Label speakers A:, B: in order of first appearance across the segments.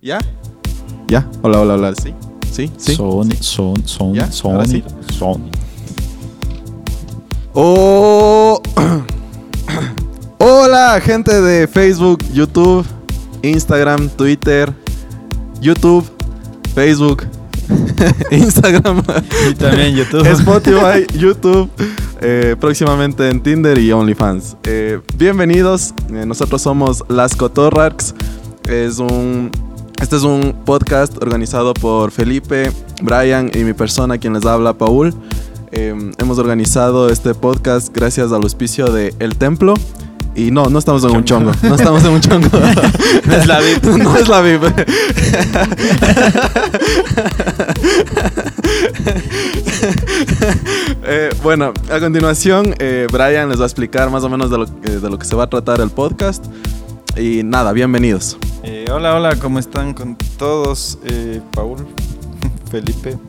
A: ¿Ya? ¿Ya? Hola, hola, hola. ¿Sí? ¿Sí? ¿Sí?
B: Son, son, son,
A: ¿Ya?
B: son,
A: Ahora sí.
B: son.
A: Oh. Hola, gente de Facebook, YouTube, Instagram, Twitter, YouTube, Facebook, Instagram,
B: Y también YouTube.
A: Spotify, YouTube, eh, próximamente en Tinder y OnlyFans. Eh, bienvenidos, eh, nosotros somos Las Cotorrax. Es un, este es un podcast organizado por Felipe, Brian y mi persona, quien les habla, Paul. Eh, hemos organizado este podcast gracias al auspicio de El Templo. Y no, no estamos en un chongo. No estamos en un chongo.
B: No es la VIP.
A: No es la VIP. Eh, bueno, a continuación, eh, Brian les va a explicar más o menos de lo, eh, de lo que se va a tratar el podcast. Y nada, bienvenidos.
C: Eh, hola, hola, ¿cómo están con todos? Eh, Paul, Felipe.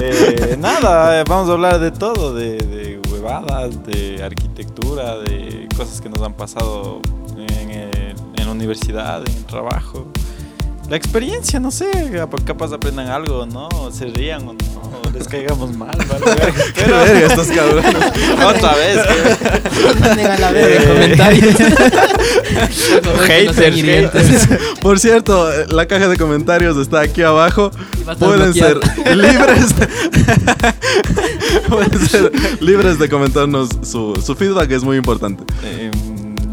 C: Eh, nada, eh, vamos a hablar de todo, de, de huevadas, de arquitectura, de cosas que nos han pasado en, el- en la universidad, en el trabajo. La experiencia, no sé, cap- capaz aprendan algo, ¿no? Se rían o no, o les caigamos mal, vale, verga, pero-
A: verga estos cabrones.
C: Otra vez, que-
D: Manden a la verga
C: Eh,
D: comentarios.
C: haters, haters.
A: Por cierto, eh, la caja de comentarios está aquí abajo.
D: Y va a estar
A: Pueden ser
D: bloqueado.
A: libres. Pueden ser libres de comentarnos su, su feedback, es muy importante.
C: eh,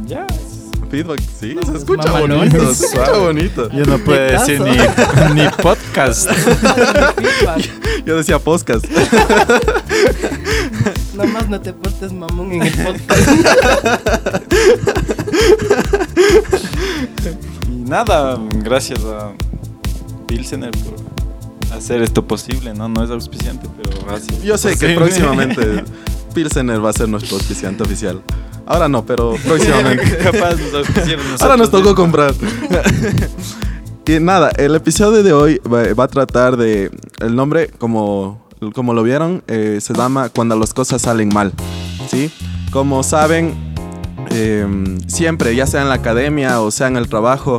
C: ya. es-
A: Feedback, sí, se
D: pues,
A: escucha
D: mamalón.
A: bonito. Se escucha bonito.
C: Yo no puedo
D: Putazo.
C: decir ni, ni podcast.
A: Yo decía podcast.
D: Nada más no te portes mamón en el podcast.
C: Y nada, gracias a Pilsener por hacer esto posible, ¿no? No es auspiciante, pero gracias.
A: Yo sé que
C: Posible.
A: próximamente Pilsener va a ser nuestro auspiciante oficial. Ahora no, pero próximamente.
C: Capaz nos auspiciaron nosotros.
A: Ahora nos tocó comprar. y nada, el episodio de hoy va, va a tratar de. El nombre, como, como lo vieron, eh, se llama Cuando las cosas salen mal. ¿Sí? Como saben, eh, siempre, ya sea en la academia o sea en el trabajo,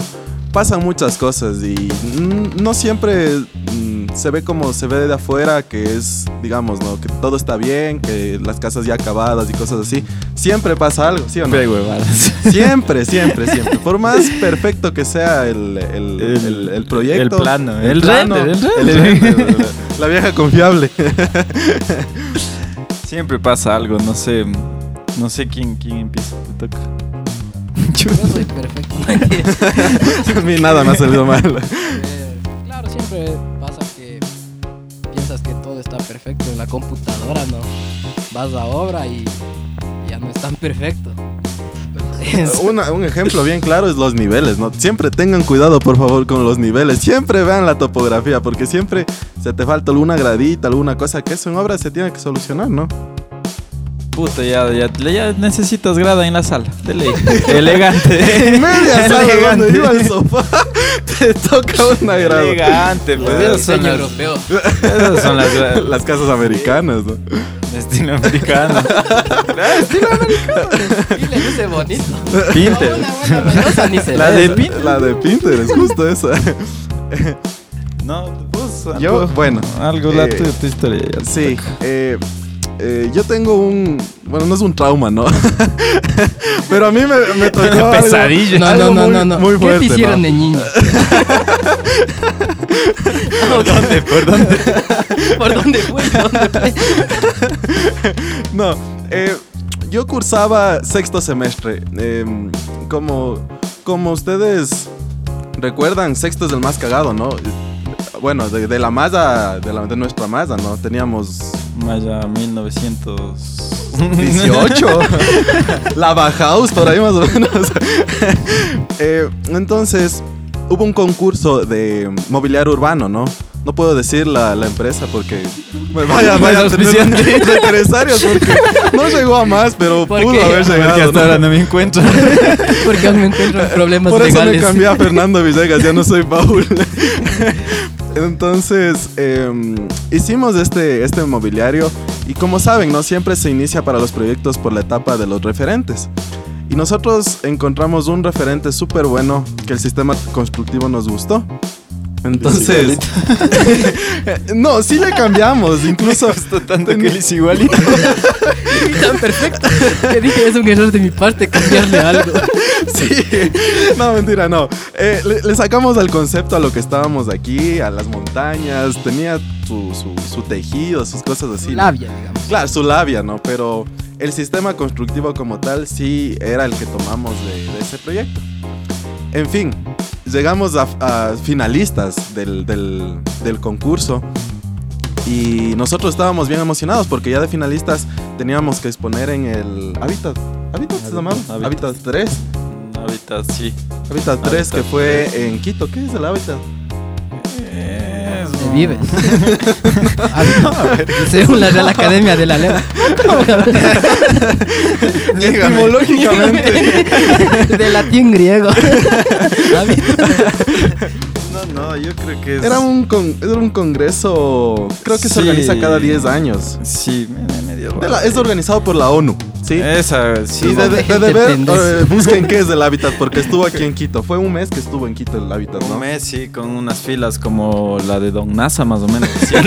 A: pasan muchas cosas y mm, no siempre mm, se ve como se ve de afuera, que es, digamos, ¿no? Que todo está bien, que las casas ya acabadas y cosas así. Siempre pasa algo, ¿sí o no?
B: Ve huevadas.
A: Siempre, siempre, siempre. Por más perfecto que sea el, el-
C: El-
A: el- el proyecto.
C: el plano,
A: el
B: el
A: plano,
B: render, el
A: el
B: render.
A: render, La vieja confiable.
C: Siempre pasa algo, no sé. No sé quién, quién empieza, te toca.
D: Yo soy perfecto.
A: A mí nada me ha salido mal.
D: Eh, claro, siempre pasa que piensas que todo está perfecto en la computadora, ¿no? Vas a obra y ya no es tan perfecto. Es-
A: Una- un ejemplo bien claro es los niveles, ¿no? Siempre tengan cuidado, por favor, con los niveles. Siempre vean la topografía, porque siempre se te falta alguna gradita, alguna cosa que eso en obra se tiene que solucionar, ¿no?
C: Puta, ya, ya, ya necesitas grada en la sala. De ley. Elegante.
A: En media sala cuando
C: Elegante.
A: iba al sofá, te toca una grada.
C: Elegante, pues.
D: es
C: Esas son,
D: diseño
C: las,
D: europeo.
C: esas son las gradas.
A: Las casas americanas, ¿no?
C: De estilo americano.
D: Y le luce bonito.
C: Pinter.
D: Una buena melosa ni se
C: La
D: ve,
C: de
D: ¿no?
C: Pin-
A: La de Pinterest, justo esa.
C: No, pues.
A: Yo,
C: algo-
A: bueno,
C: Algo la
A: eh,
C: tu, tu historia. ya te
A: Sí,
C: toca.
A: eh, eh, yo tengo un. Bueno, no es un trauma, ¿no? Pero a mí me, me tocó. algo-
C: pesadilla.
D: No,
A: algo
D: no, no,
A: muy-
D: no, no.
A: Muy fuerte,
D: ¿Qué te hicieron
A: ¿no?
D: de niño? ¿Por dónde?
C: ¿Por dónde?
D: ¿Por dónde fue? ¿Dónde fue?
A: No, eh, yo cursaba sexto semestre. eh, como, como ustedes recuerdan, sexto es el más cagado, ¿no? Bueno, de, de la masa, de, la- de nuestra masa, ¿no? Teníamos
C: Maya 1900.
A: 18. la Bauhaus, por ahí más o menos. Eh, entonces, hubo un concurso de mobiliario urbano, ¿no? No puedo decir la, la empresa porque. Bueno, vaya,
B: No
A: vaya,
B: es
A: suficiente.
B: suficiente.
A: porque no llegó a más, pero
D: ¿Por
A: pudo
D: qué?
A: haber
C: Porque
A: llegado.
C: hasta
A: ¿no?
C: ahora no me encuentro.
D: Porque aún me encuentro en problemas
A: Por eso me
D: legales.
A: cambié a Fernando Villegas, ya no soy Paul. Entonces, eh, hicimos este, este mobiliario y como saben, ¿no? Siempre se inicia para los proyectos por la etapa de los referentes. Y nosotros encontramos un referente súper bueno que el sistema constructivo nos gustó. Entonces, no, sí le cambiamos, incluso
C: Tanto que él es igualito.
D: Tan perfecto. Que dije, es un error de mi parte cambiarle algo.
A: Sí, no, mentira, no. Eh, le, le sacamos al concepto a lo que estábamos aquí, a las montañas, tenía su, su, su tejido, sus cosas así. ¿no?
D: Labia, digamos.
A: Claro, su labia, ¿no? Pero el sistema constructivo como tal sí era el que tomamos de, de ese proyecto. En fin, llegamos a, a finalistas del, del- del concurso y nosotros estábamos bien emocionados porque ya de finalistas teníamos que exponer en el Hábitat. ¿Hábitat se llamaba?
C: Hábitat.
A: Hábitat 3.
C: Ahorita sí.
A: Hábitat 3 que
C: Hábitat
A: fue
C: 3.
A: en Quito. ¿Qué es el Hábitat? Ah.
D: Se vive. Según la Real Academia de la Lengua.
A: Etimológicamente.
D: De latín griego.
C: No, no, yo creo que es.
A: Era un, con- era un congreso, creo que se
C: Sí.
A: organiza cada 10 años.
C: Sí, me- medio
A: De
C: raro.
A: la- es organizado por la ONU, ¿sí?
C: Esa, sí.
A: y de, de- Eh, de- de ver,
D: Pendejo.
A: eh, busquen qué es el hábitat, porque estuvo aquí en Quito. Fue un mes que estuvo en Quito el hábitat,
C: Un
A: ¿no?
C: mes, sí, con unas filas como la de Don NASA, más o menos. decía.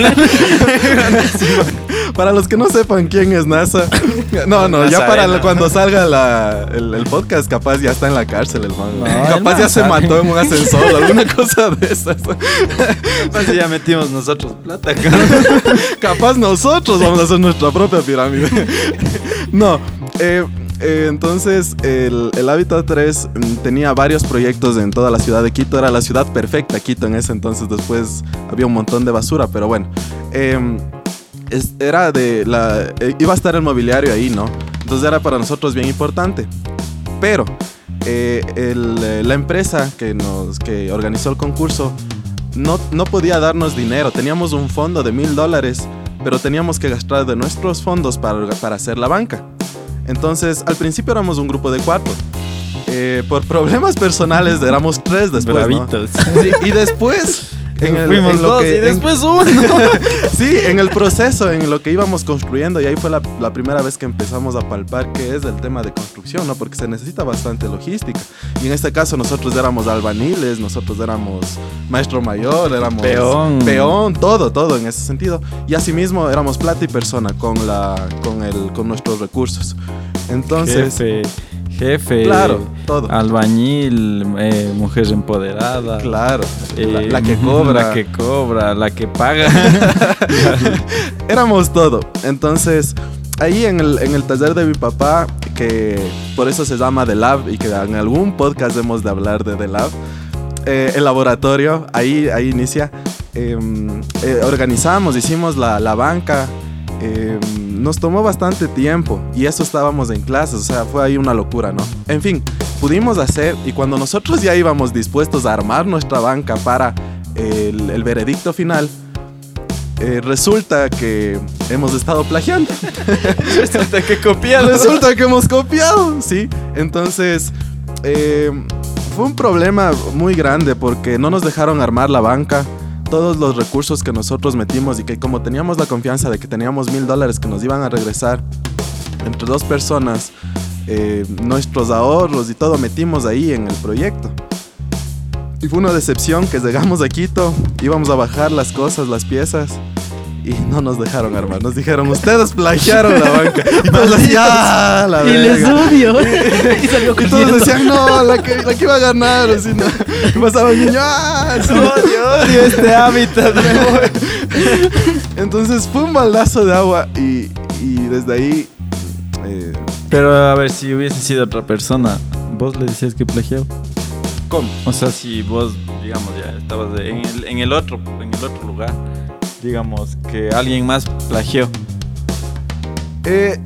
A: Para los que no sepan quién es NASA, no, no, ya
C: NASA
A: para
C: Arena.
A: cuando salga la- el, el podcast, capaz ya está en la cárcel el man.
C: No, él
A: capaz
C: no
A: ya se
C: sabe.
A: mató en un ascensor, alguna cosa de esas.
C: Capaz ya metimos nosotros plata.
A: Capaz nosotros vamos a hacer nuestra propia pirámide. no, eh, eh, entonces el, el Hábitat 3 mm, tenía varios proyectos en toda la ciudad de Quito. Era la ciudad perfecta, Quito en ese entonces. Después había un montón de basura, pero bueno. Em, es- era de la. eh, iba a estar el mobiliario ahí, ¿no? Entonces era para nosotros bien importante. Pero eh, el, eh, la empresa que, nos, que organizó el concurso no, no podía darnos dinero. Teníamos un fondo de mil dólares, pero teníamos que gastar de nuestros fondos para, para hacer la banca. Entonces, al principio éramos un grupo de cuatro. Eh, por problemas personales éramos tres después. ¿no?
C: Bravitos.
A: Sí, y después... En el,
C: Fuimos
A: en lo
C: dos
A: que-
C: y
A: en-
C: después uno.
A: Sí, en el proceso, en lo que íbamos construyendo, y ahí fue la, la primera vez que empezamos a palpar qué es el tema de construcción, ¿no? Porque se necesita bastante logística. Y en este caso nosotros éramos albaniles, nosotros éramos maestro mayor, éramos
C: Peón.
A: peón, todo, todo en ese sentido. Y asimismo éramos plata y persona con, la, con, el, con nuestros recursos. Entonces,
C: Jefe, Ah, jefe.
A: claro, todo.
C: Albañil, eh, mujer empoderada.
A: Claro,
C: eh,
A: la, la que cobra.
C: La que cobra, la que paga.
A: éramos todo. Entonces, ahí en el, en el taller de mi papá, que por eso se llama The Lab y que en algún podcast hemos de hablar de The Lab, eh, el laboratorio, ahí, ahí inicia, em, eh, organizamos, hicimos la, la banca. em, nos tomó bastante tiempo y eso estábamos en clases, o sea, fue ahí una locura, ¿no? En fin, pudimos hacer y cuando nosotros ya íbamos dispuestos a armar nuestra banca para el- el veredicto final, eh, resulta que hemos estado plagiando.
C: Hasta que copiado.
A: resulta que hemos copiado, ¿sí? Entonces, eh, fue un problema muy grande porque no nos dejaron armar la banca. Todos los recursos que nosotros metimos y que como teníamos la confianza de que teníamos mil dólares que nos iban a regresar entre dos personas, eh, nuestros ahorros y todo metimos ahí en el proyecto. Y fue una decepción que llegamos a Quito, íbamos a bajar las cosas, las piezas, y no nos dejaron armar. Nos dijeron, ustedes plagiaron la banca. Y todos así, "Ah, la
D: Y les
A: verga".
D: odio. Y salió
A: Y todos
D: corriendo.
A: decían, no, la que, la que iba a ganar. Así, no. Y pasaba el niño, "Ah, sí".
C: odio este hábitat.
A: Entonces fue un baldazo de agua y, y desde ahí... eh,
C: Pero a ver, si hubiese sido otra persona, vos le decías que plagiaba.
A: ¿Cómo?
C: O sea, si vos, digamos, ya estabas de- en, el, en el otro, en el otro lugar, digamos que alguien más plagió.
A: Eh,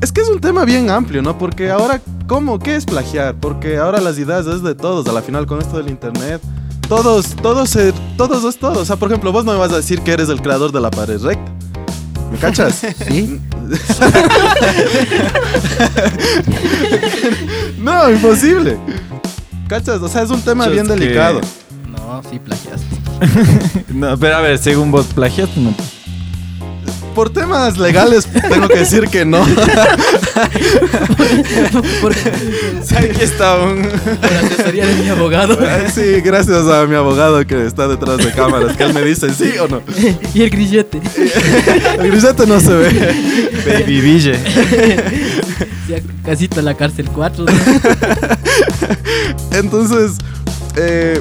A: es que es un tema bien amplio, ¿no? Porque ahora, ¿cómo? ¿Qué es plagiar? Porque ahora las ideas es de todos, a la final con esto del internet. Todos, todos, se- todos es todo. O sea, por ejemplo, vos no me vas a decir que eres el creador de la pared recta. ¿Me cachas?
D: Sí.
A: no, imposible. ¿Cachas? O sea, es un tema
C: Cachas
A: bien
C: que-
A: delicado.
D: No, sí plagiaste.
C: No, pero a ver, según vos plagiaste, no.
A: por temas legales tengo que decir que no.
D: por,
C: Aquí está un.
D: por asesoría de mi abogado.
A: sí, gracias a mi abogado que está detrás de cámaras, que él me dice sí o no.
D: y el grillete.
A: El grisete no se ve.
B: Baby Ville.
D: Ya casita en la cárcel 4. ¿no?
A: Entonces, eh,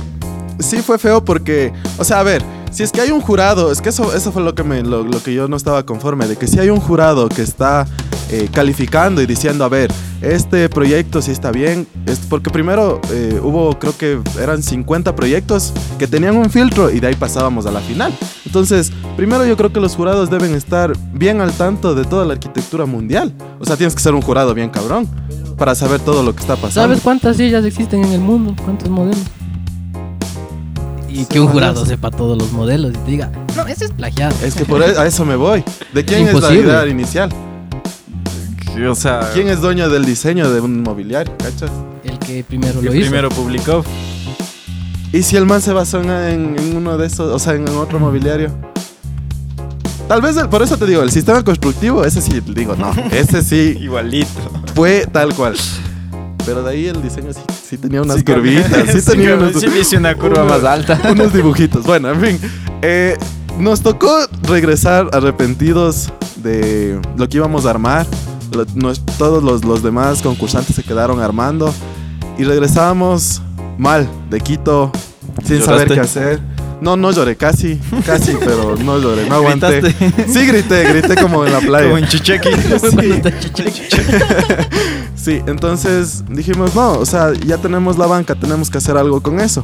A: sí fue feo porque, o sea, a ver, si es que hay un jurado, es que eso, eso fue lo que, me, lo, lo que yo no estaba conforme, de que si hay un jurado que está eh, calificando y diciendo, a ver, este proyecto sí está bien, es porque primero eh, hubo, creo que eran 50 proyectos que tenían un filtro y de ahí pasábamos a la final. Entonces, primero yo creo que los jurados deben estar bien al tanto de toda la arquitectura mundial. O sea, tienes que ser un jurado bien cabrón para saber todo lo que está pasando.
D: ¿Sabes cuántas sillas existen en el mundo? ¿Cuántos modelos? Y que un jurado sepa todos los modelos y te diga, no, ese es plagiado.
A: Es que por e- a eso me voy. ¿De quién es, la
D: imposible.
A: idea inicial?
C: O sea,
A: ¿Quién es dueño del diseño de un mobiliario? ¿Cachas?
D: El que primero
C: que
D: lo hizo.
C: primero publicó?
A: ¿Y si el man se basó en, en- en uno de esos, o sea, en otro mobiliario? Tal vez, el- por eso te digo, el sistema constructivo, ese sí, digo, no, ese sí
C: Igualito.
A: fue tal cual. Pero de ahí el diseño sí, sí tenía unas
C: Sí,
A: curvitas, sí,
C: sí,
A: tenía unos,
C: sí me hice una curva
A: unos-
C: más alta.
A: unos dibujitos. Bueno, en fin, eh, nos tocó regresar arrepentidos de lo que íbamos a armar. Lo- nos- todos los, los demás concursantes se quedaron armando y regresábamos mal de Quito, sin saber
C: ¿Lloraste?
A: qué hacer. No, no lloré, casi, casi, pero no lloré, no aguanté. Sí, grité, grité como en la playa.
C: Como en Chucheki.
D: Cuando está chicha.
A: Sí, entonces dijimos, no, o sea, ya tenemos la banca, tenemos que hacer algo con eso.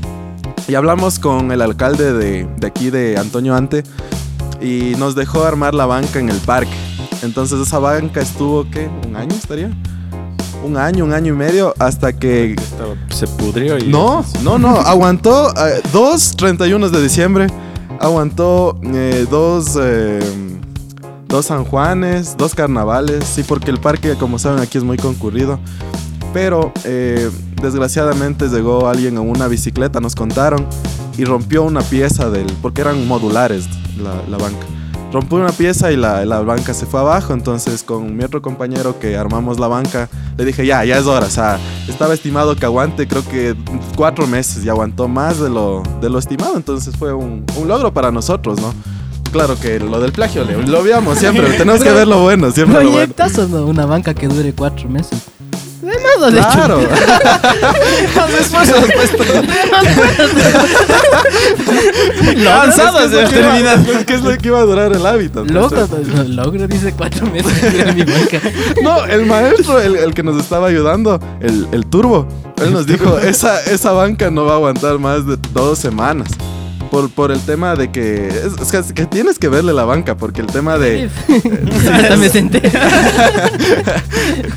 A: Y hablamos con el alcalde de, de aquí, de Antonio Ante, y nos dejó armar la banca en el parque. Entonces esa banca estuvo, ¿qué? ¿Un año estaría? Un año, un año y medio, hasta que...
B: Se pudrió y.
A: No, no, no, aguantó eh, dos 31 de diciembre, aguantó eh, dos... eh, Dos San Juanes, dos carnavales, sí, porque el parque, como saben, aquí es muy concurrido. Pero eh, desgraciadamente llegó alguien en una bicicleta, nos contaron, y rompió una pieza del. porque eran modulares la, la banca. Rompió una pieza y la, la banca se fue abajo. Entonces, con mi otro compañero que armamos la banca, le dije, ya, ya es hora. O sea, estaba estimado que aguante, creo que cuatro meses y aguantó más de lo, de lo estimado. Entonces, fue un, un logro para nosotros, ¿no? Claro que lo del plagio le- lo veamos siempre, tenemos que ver lo bueno, siempre lo bueno.
D: Proyectazo, ¿no? Una banca que dure cuatro meses. De nada, de hecho.
A: Claro.
C: Avanzados
A: Claro, es que es lo que iba-
C: terminar.
A: es que es lo que iba a durar el hábitat?
D: Logro,
A: Entonces,
D: no, logro dice cuatro meses de mi banca.
A: No, el maestro, el, el que nos estaba ayudando, el, el turbo, él nos dijo, esa, esa banca no va a aguantar más de dos semanas. Por, por el tema de que, es, es que- es que tienes que verle la banca, porque el tema de...
D: Hasta me senté.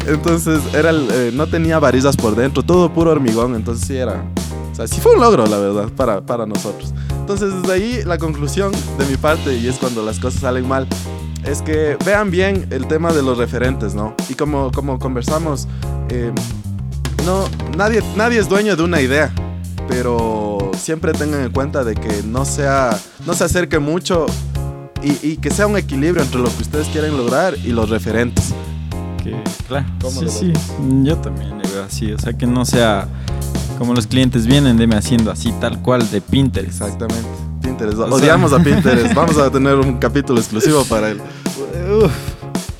A: Entonces, era el, eh, no tenía varillas por dentro, todo puro hormigón, entonces sí era... O sea, sí fue un logro, la verdad, para, para nosotros. Entonces, desde ahí, la conclusión de mi parte, y es cuando las cosas salen mal, es que vean bien el tema de los referentes, ¿no? Y como, como conversamos, eh, no, nadie, nadie es dueño de una idea, pero siempre tengan en cuenta de que no, sea, no se acerque mucho y, y que sea un equilibrio entre lo que ustedes quieren lograr y los referentes.
C: Que, claro.
A: ¿Cómo
C: Sí,
A: lo
C: sí. Yo también le veo así. O sea, que no sea como los clientes vienen, deme haciendo así, tal cual, de Pinterest.
A: Exactamente. Pinterest.
C: O sea-
A: Odiamos a Pinterest. Vamos a tener un capítulo exclusivo para él.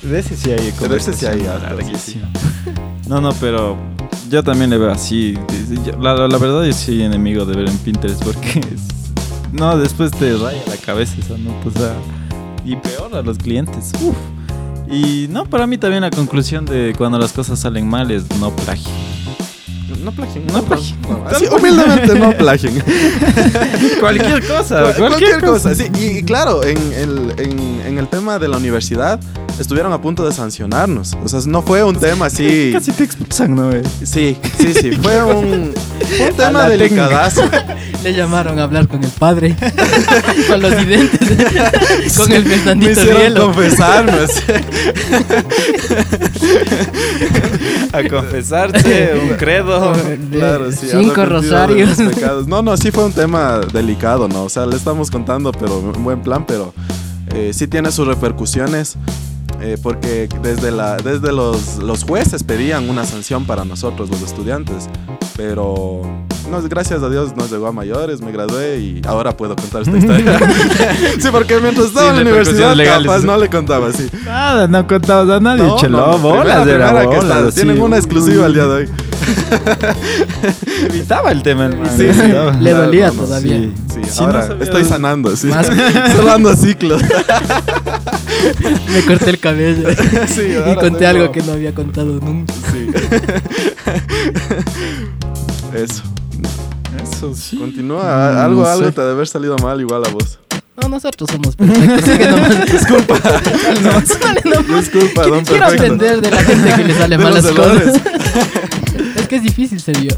B: De ese sí hay.
A: Pero ese sí hay harto,
C: Larguísimo. No, no, pero yo también le veo así. Desde- yo- La, la- la verdad, yo soy enemigo de ver en Pinterest porque es- no, después te raya la cabeza esa nota. O sea, y peor a los clientes. Uf. Y no, para mí también la conclusión de cuando las cosas salen mal es no plagio.
A: No plagien.
C: No plagien.
A: Así, humildemente no plagien.
C: Cualquier cosa,
A: Cual- cualquier, cosa. sí. y, y claro, en el, en- en el tema de la universidad estuvieron a punto de sancionarnos. O sea, no fue un tema así.
B: Casi te expulsan, ¿no? eh?
A: Sí, sí, sí. Fue un, fue un tema
B: la
A: delicadazo.
D: Le llamaron a hablar con el padre, con los videntes, con el
A: Me
D: Fernandito
A: hicieron
D: Rielo.
A: confesarnos.
C: A confesarte, un credo.
D: De
A: Claro, sí.
D: Cinco
A: arrepentido de
D: rosarios.
A: mis pecados. No, no, sí fue un tema delicado, ¿no? O sea, le estamos contando, pero un buen plan, pero eh, sí tiene sus repercusiones. eh, porque desde, la, desde los, los jueces pedían una sanción para nosotros, los estudiantes. Pero no, gracias a Dios nos llegó a mayores, me gradué y ahora puedo contar esta historia. sí, porque mientras estaba
B: Sin
A: en la universidad,
B: repercusiones legales.
A: capaz no le contaba, sí.
B: Nada, no contabas a nadie,
A: No,
B: chelo.
A: no, primera,
B: bolas, era
A: primera que
B: bolas.
A: está.
B: así.
A: Tienen una exclusiva al día de hoy.
B: Evitaba el tema, hermano.
A: Sí, sí.
B: Evitaba.
D: Le
A: Claro,
D: dolía
A: vamos,
D: todavía.
B: Sí.
A: Sí,
C: Sí,
A: ahora
C: no sabía.
A: estoy sanando, sí.
D: Más-
A: Cerrando ciclos.
D: Me corté el cabello.
A: Sí,
D: y
A: ahora
D: conté
A: tengo-
D: algo que no había contado nunca.
A: Sí. Eso.
C: Eso sí.
A: Continúa. a- Algo,
B: no
A: algo
B: sé.
A: te debe haber salido mal igual a vos.
D: No, nosotros somos perfectos. Así que nomás. Disculpa.
A: Disculpa, don
D: Quiero
A: perfecto.
D: aprender de la gente que le sale
A: De
D: mal
A: los
D: las cosas.
A: errores.
D: Es que es difícil ser yo.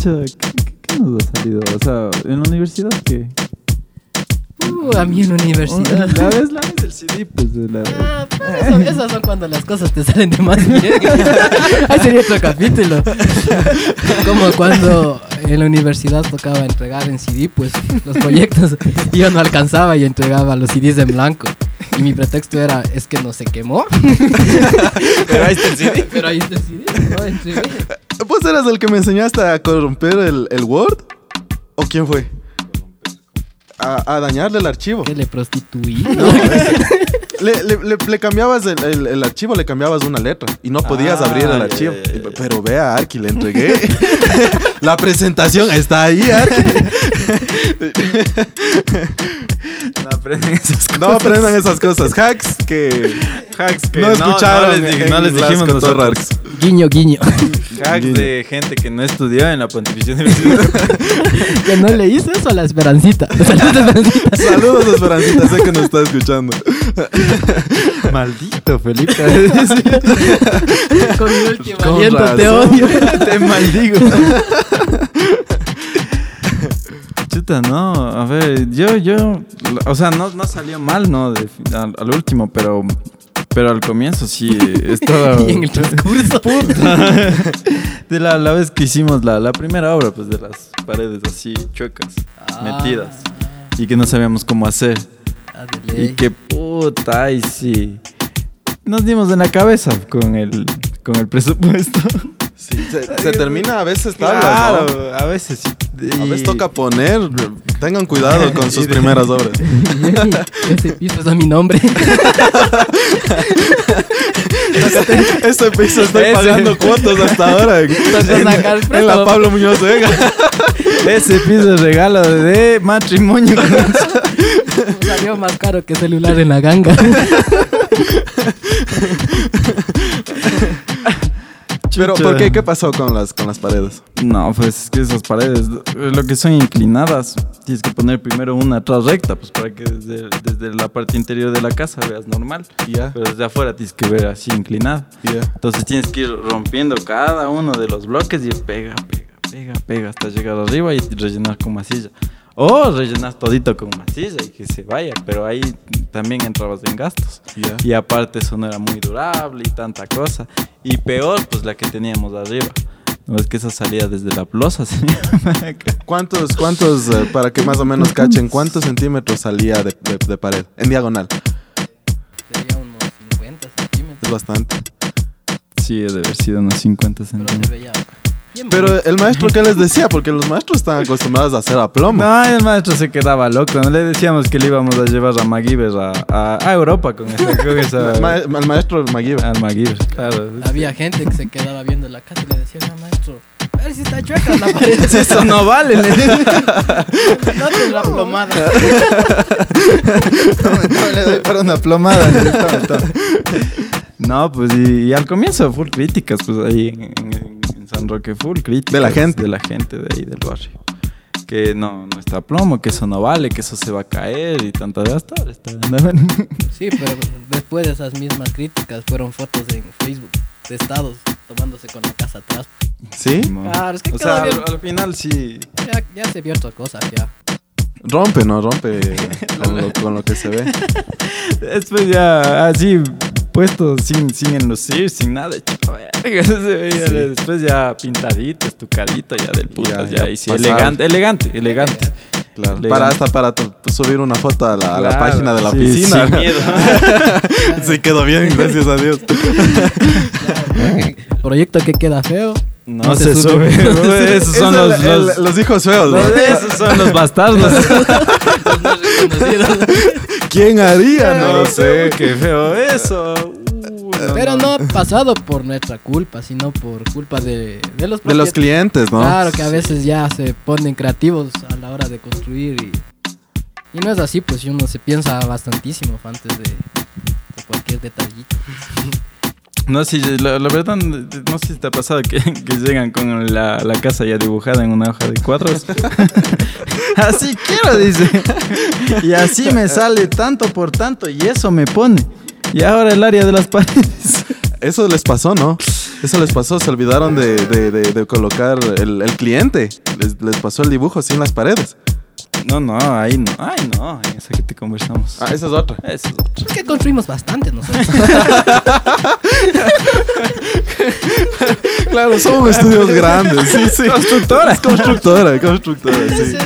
B: Chucha, ¿qué, qué- qué nos ha salido? O sea, en la universidad, ¿qué?
D: Uh, a mí en universidad.
A: Oh,
B: La vez, la vez del CD, pues de la.
D: Ah, pero eso-
A: Eh.
D: esas son cuando las cosas te salen de más bien. Ahí sería otro capítulo. Como cuando en la universidad tocaba entregar en CD, pues los proyectos. y Yo no alcanzaba y entregaba los CDs en blanco. Y mi pretexto era, es que no se quemó.
C: Pero ahí está el CD.
D: Pero ahí está el CD, no entregué.
A: ¿Vos eras el que me enseñaste a corromper el, el Word? ¿O quién fue? A, a dañarle el archivo.
D: ¿Qué le prostituí?
A: No, es- le, le- le- le cambiabas el, el- el archivo, le cambiabas una letra y no podías
C: Ah,
A: abrir el
C: ya,
A: archivo.
C: ya, ya, ya.
A: Pero vea, Arki, le entregué. La presentación está ahí, Arki.
B: No aprenden esas
A: No aprendan esas cosas. Hacks que
C: Hacks que
A: no escucharon.
B: eh,
C: les, dij-
A: en
C: no les
A: las
C: dijimos nosotros.
A: cotorras.
D: Guiño, guiño.
C: Hacks de gente que no estudió en la Pontificia Universidad.
D: Que no le hice eso a la Esperancita. Saludos, Esperancita.
A: Saludos, Esperancita. Sé que nos está escuchando.
B: Maldito, Felipe.
D: Con mi último
A: Con
D: aliento te
A: razón.
D: odio.
B: Te maldigo.
C: Chuta, no, a ver, yo, yo, o sea, no, no salió mal, ¿no? De- al, al último, pero, pero al comienzo sí, eh, estaba...
D: Y en el transcurso.
C: de la, la vez que hicimos la, la primera obra, pues de las paredes así chuecas,
A: Ah.
C: metidas, y que no sabíamos cómo hacer.
D: Ah,
C: Y
D: Adele.
C: que puta, y sí. Nos dimos en la cabeza con el, con el presupuesto.
A: Sí, se, se termina a veces tablas,
C: Claro,
A: ¿no?
C: a veces sí.
A: A
C: Y-
A: veces toca poner. Tengan cuidado con sus primeras obras.
D: Ese piso es a mi nombre.
A: Este piso estoy
C: Ese.
A: pagando cuotas hasta ahora. En,
D: Entonces, acá el
A: en la
D: preto.
A: Pablo Muñoz Vega.
C: Ese piso es regalo de matrimonio.
D: Salió más caro que celular en la ganga.
A: Pero,
C: Chucha.
A: ¿por qué? ¿Qué pasó con las, con las paredes?
C: No, pues es que esas paredes, lo que son inclinadas, tienes que poner primero una atrás recta, pues para que desde, desde la parte interior de la casa veas normal.
A: Ya,
C: Pero desde afuera tienes que ver así inclinada.
A: ya.
C: Entonces tienes que ir rompiendo cada uno de los bloques y pega, pega, pega, pega hasta llegar arriba y rellenar con masilla. O rellenar todito con masilla y que se vaya, pero ahí también entrabas en gastos.
A: ya.
C: Y aparte eso no era muy durable y tanta cosa. Y peor, pues la que teníamos arriba. No es que esa salía desde la losa. señor.
A: ¿Cuántos, cuántos, eh, para que más o menos cachen, cuántos centímetros salía de, de- de pared? En diagonal.
D: Sería unos 50
A: Es
D: centímetros.
A: bastante.
C: Sí, debe haber sido unos 50
D: Pero se
C: centímetros.
D: veía.
A: Pero el maestro, ¿qué les decía? Porque los maestros están acostumbrados a hacer a plomo.
C: No, el maestro se quedaba loco. ¿no? Le decíamos que le íbamos a llevar a MacGyver a, a, a Europa con esa... Con esa
A: El ma- el maestro McGiver.
C: al MacGyver, claro.
D: Había gente que se quedaba viendo la casa y le decía, no, maestro, a ver si está chueca la pared.
C: Eso no vale. le dije.
D: No te la plomada.
C: le doy para una plomada. le digo, toma, toma. No, pues y, y al comienzo full críticas, pues ahí en, en- en San Roque full críticas.
A: De la gente.
C: De la gente de ahí del barrio. Que no, no está plomo, que eso no vale, que eso se va a caer y tantas gastar. Está, andaban.
D: Sí, pero después de esas mismas críticas fueron fotos en Facebook de estados tomándose con la casa atrás.
A: ¿Sí?
D: Claro, es que
C: o
D: quedó
C: sea, al,
D: bien.
C: al final sí.
D: Ya, ya se vio otra cosa, ya.
A: Rompe, ¿no? Rompe con lo, con lo que se ve.
C: Después ya así puesto sin, sin enlucir, sin nada. hecho verga, se veía.
A: Sí.
C: Después ya pintadito, estucadito ya del putas,
A: Ya,
C: ya,
A: ya
C: y sí,
A: pasado.
C: elegante, elegante, elegante.
A: Claro.
B: Le-
A: Para hasta para tu- subir una foto a la, a la
C: Claro.
A: página de la
B: Sí,
A: oficina.
C: sin miedo.
A: sí, quedó bien, gracias a Dios.
D: Proyecto que queda feo.
C: No, se, sube. Pues, Esos son
A: Es
C: los,
A: el- el-
C: los-
A: los hijos feos, ¿no?
C: esos son los bastardos.
D: No es reconocido.
A: ¿Quién haría? No lo sé.
C: Qué feo eso. Uh,
D: Pero no ha pasado por nuestra culpa, sino por culpa de,
A: De
D: de los
A: los
D: propietarios.
A: clientes, ¿no?
D: Claro que a veces ya se ponen creativos a la hora de construir y, y no es así, pues y uno se piensa bastantísimo antes de, de cualquier detallito.
C: No, sí, la, la verdad, no sé si te ha pasado que, que llegan con la, la casa ya dibujada en una hoja de cuadros. así quiero, dice. Y así me sale tanto por tanto y eso me pone. Y ahora el área de las paredes.
A: Eso les pasó, ¿no? Eso les pasó, se olvidaron de, de- de- de colocar el, el cliente. Les, les pasó el dibujo sin las paredes.
C: No, no, ahí no. Ay, no, en esa que te conversamos.
A: Ah, esa es otra.
C: Eso es otro.
D: Es que construimos bastante nosotros.
A: Claro, son estudios grandes. Sí, sí. Constructora. Constructora, constructora, sí.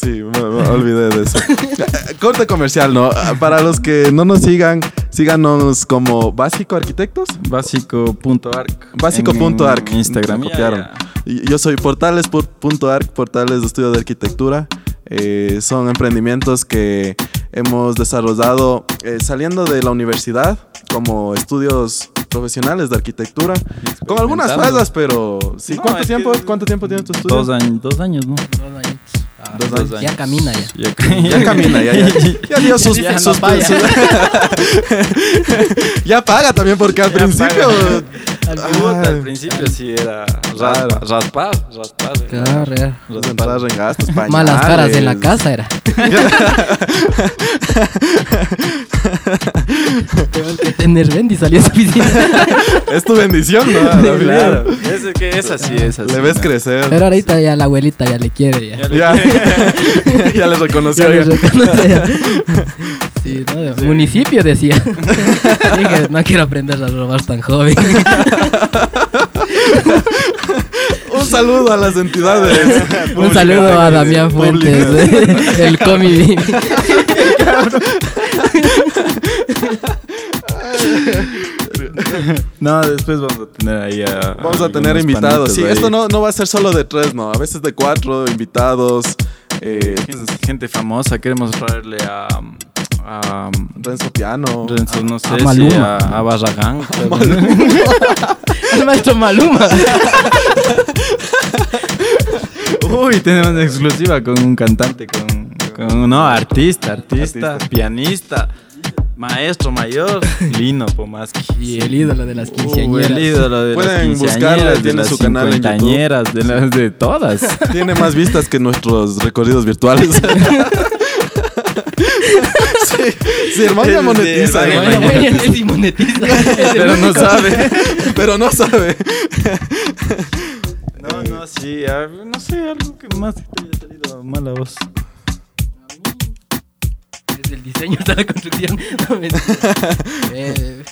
A: Sí, me, me olvidé de eso. Corte comercial, ¿no? Para los que no nos sigan, síganos como Básico Arquitectos.
C: Básico.arc.
A: Básico.arc.
C: En Instagram.
A: Me copiaron.
C: Ya, ya.
A: Y- Yo soy portales.arc, portales de estudio de arquitectura. Eh, son emprendimientos que hemos desarrollado eh, saliendo de la universidad como estudios profesionales de arquitectura. Con algunas
C: Experimentando.
A: fallas, pero sí.
C: No,
A: ¿Cuánto
C: es
A: tiempo,
C: que-
A: cuánto tiempo tienes tu estudio?
C: Dos años, dos años, ¿no?
D: Dos añitos. Ah,
A: Dos
D: pues, Ya
C: años.
D: camina ya.
C: Ya,
A: Ya camina, ya, ya. Ya dio sus,
D: Ya no
A: sus-
D: falla.
A: sus- ya paga también porque al
C: Ya
A: principio
C: paga.
D: Al
C: Puta,
A: Ay.
C: al principio sí era
A: Raro.
C: raspa, raspar, raspar. era
D: Claro, era.
A: los entradas en gastos,
D: Malas caras de la
A: pañales.
D: casa era. Tengo que tener Bendy salió esa oficina.
A: Es tu bendición, ¿no?
C: Claro, claro. Es que es así, es así.
A: Le ves
C: ¿no?
A: crecer.
D: Pero ahorita ya la abuelita ya le quiere ya.
C: Ya le-
A: Ya, ya les reconoció.
D: Ya les
A: oiga.
D: reconoce, ya. Sí, ¿no? De Municipio decía. Dije, no quiero aprender a robar tan joven.
A: Un saludo a las entidades.
D: Un saludo a Damián Fuentes, ¿eh?
A: Públicas.
D: el comedy.
C: No, después vamos a tener ahí a.
A: Vamos a tener
C: algunos
A: invitados. Sí,
C: panitos
A: esto
C: ahí.
A: no, no va a ser solo de tres, ¿no? A veces de cuatro invitados. Eh,
C: Gente- Gente famosa, queremos traerle a. a
A: Renzo Piano.
C: Renzo, no sé,
B: a
C: sí,
B: Maluma.
C: a, a Barragán.
D: El maestro Maluma.
C: Uy, tenemos una exclusiva con un cantante, con, con- no, artista, artista, pianista, maestro mayor, Lino Pomaski.
D: Y el ídolo de las
C: Uh, el
D: quinceañeras.
C: ídolo de
A: Pueden
C: las
A: buscarla,
C: quinceañeras, de
A: tiene
C: las
A: su canal en YouTube.
C: cincuentañeras, de las de todas.
A: Tiene más vistas que nuestros recorridos virtuales. sí, sí, hermano ya
C: Sí,
A: monetiza.
C: hermano
A: hermano.
C: ya
D: Y monetiza. Es el
C: Pero no
D: único.
C: sabe.
A: Pero no sabe.
C: No, no, sí, a- no sé, algo que más te haya salido mala voz.
D: Desde el diseño hasta la construcción. No, mentira. Eh,